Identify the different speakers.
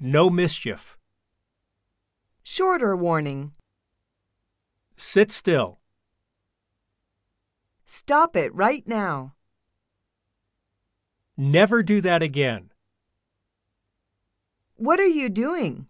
Speaker 1: No mischief.
Speaker 2: Shorter warning.
Speaker 1: Sit still.
Speaker 2: Stop it right now.
Speaker 1: Never do that again.
Speaker 2: What are you doing?